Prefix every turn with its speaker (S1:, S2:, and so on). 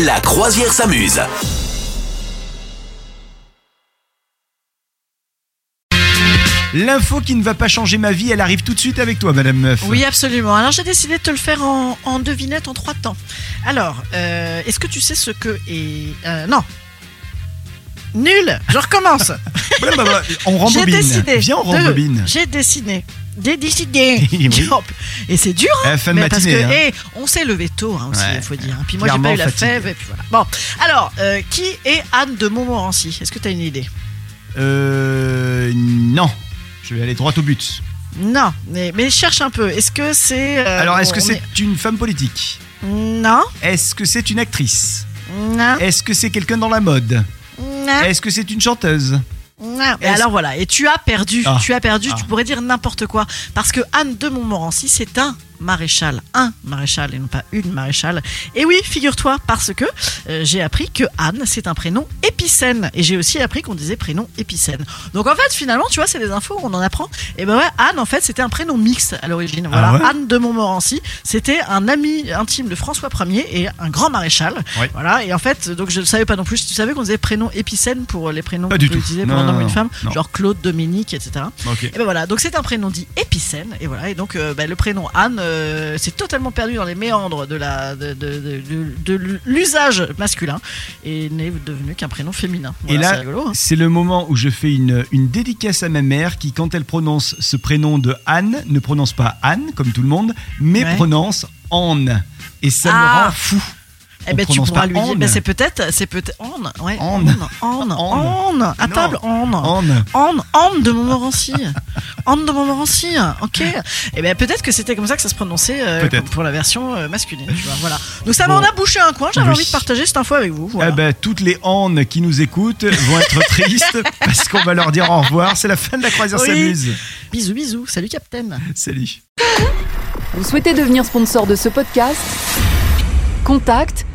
S1: La croisière s'amuse.
S2: L'info qui ne va pas changer ma vie, elle arrive tout de suite avec toi, Madame Meuf.
S3: Oui, absolument. Alors j'ai décidé de te le faire en, en devinette en trois temps. Alors, euh, est-ce que tu sais ce que est... euh, non. Nul. Je recommence.
S2: Blablabla, bah, On rembobine.
S3: J'ai décidé.
S2: Viens, on
S3: de-
S2: rembobine.
S3: J'ai décidé. J'ai décidé.
S2: Oui.
S3: Hop. Et c'est dur. hein,
S2: Eh, fin de
S3: mais parce que,
S2: matinée, hein.
S3: eh, on s'est levé tôt hein, aussi, il
S2: Ouais.
S3: faut dire. Puis moi, j'ai
S2: Clairement
S3: pas eu la
S2: fatigué.
S3: fève. Et puis voilà. Bon, alors, euh, qui est Anne de Montmorency Est-ce que tu as une idée
S2: Euh. Non. Je vais aller droit au but.
S3: Non, mais, mais cherche un peu. Est-ce que c'est. euh,
S2: Alors, est-ce
S3: bon,
S2: que
S3: on
S2: c'est une femme politique
S3: Non,
S2: Est-ce que c'est une actrice
S3: non,
S2: Est-ce que c'est quelqu'un dans la mode
S3: non.
S2: Est-ce que c'est une chanteuse
S3: Ouais, Et
S2: Est-ce-
S3: Ah, alors voilà, et tu as perdu,
S2: Ah.
S3: tu as perdu, tu
S2: Ah.
S3: pourrais dire n'importe quoi. Parce que Anne de Montmorency, c'est un maréchal, un maréchal et non pas une maréchale. Et oui, figure-toi, parce que euh, j'ai appris que Anne, c'est un prénom épicène. Et j'ai aussi appris qu'on disait prénom épicène. Donc en fait, finalement, tu vois, c'est des infos, on en apprend. Et ben ouais, Anne, en fait, c'était un prénom mixte à l'origine. Voilà,
S2: Ah ouais
S3: Anne de Montmorency, c'était un ami intime de François Ier et un grand maréchal.
S2: Ouais.
S3: Voilà, et en fait, donc je ne savais pas non plus, tu savais qu'on disait prénom épicène pour les prénoms
S2: Pas
S3: qu'on
S2: du
S3: peut
S2: tout.
S3: utiliser
S2: Non,
S3: pour un
S2: non,
S3: homme ou une
S2: non.
S3: femme,
S2: Non.
S3: genre Claude, Dominique, etc.
S2: Ok.
S3: Et ben voilà, donc c'est un prénom dit épicène, et voilà, et donc euh, ben, le prénom Anne, euh, c'est totalement perdu dans les méandres de la de, de- de- de- de l'usage masculin et n'est devenu qu'un prénom féminin. Voilà,
S2: Et là-
S3: c'est rigolo. hein.
S2: C'est le moment où je fais une, une dédicace à ma mère qui, quand elle prononce ce prénom de Anne, ne prononce pas Anne, comme tout le monde, mais
S3: Ouais.
S2: prononce Anne. Et ça
S3: Ah.
S2: me rend fou.
S3: Eh
S2: on
S3: ben tu
S2: prononce
S3: pourras
S2: pas
S3: lui dire,
S2: Anne.
S3: ben c'est peut-être, c'est peut-être Anne, ouais,
S2: Anne.
S3: Anne, Anne,
S2: Anne.
S3: Anne, à
S2: Non.
S3: table Anne.
S2: Anne.
S3: Anne, Anne de Montmorency. Anne de Montmorency, ok. Et bien peut-être que c'était comme ça que ça se prononçait euh,
S2: Peut-être.
S3: pour- pour la version euh, masculine. Tu vois, voilà. Donc ça
S2: Bon.
S3: m'en a bouché un coin, j'avais
S2: Oui.
S3: envie de partager cette info avec vous. voilà.
S2: Eh ben, toutes les Anne qui nous écoutent vont être tristes parce qu'on va leur dire au revoir. C'est la fin de la croisière
S3: Oui.
S2: s'amuse.
S3: Bisous, bisous. Salut, Captain.
S2: Salut.
S4: Vous souhaitez devenir sponsor de ce podcast Contact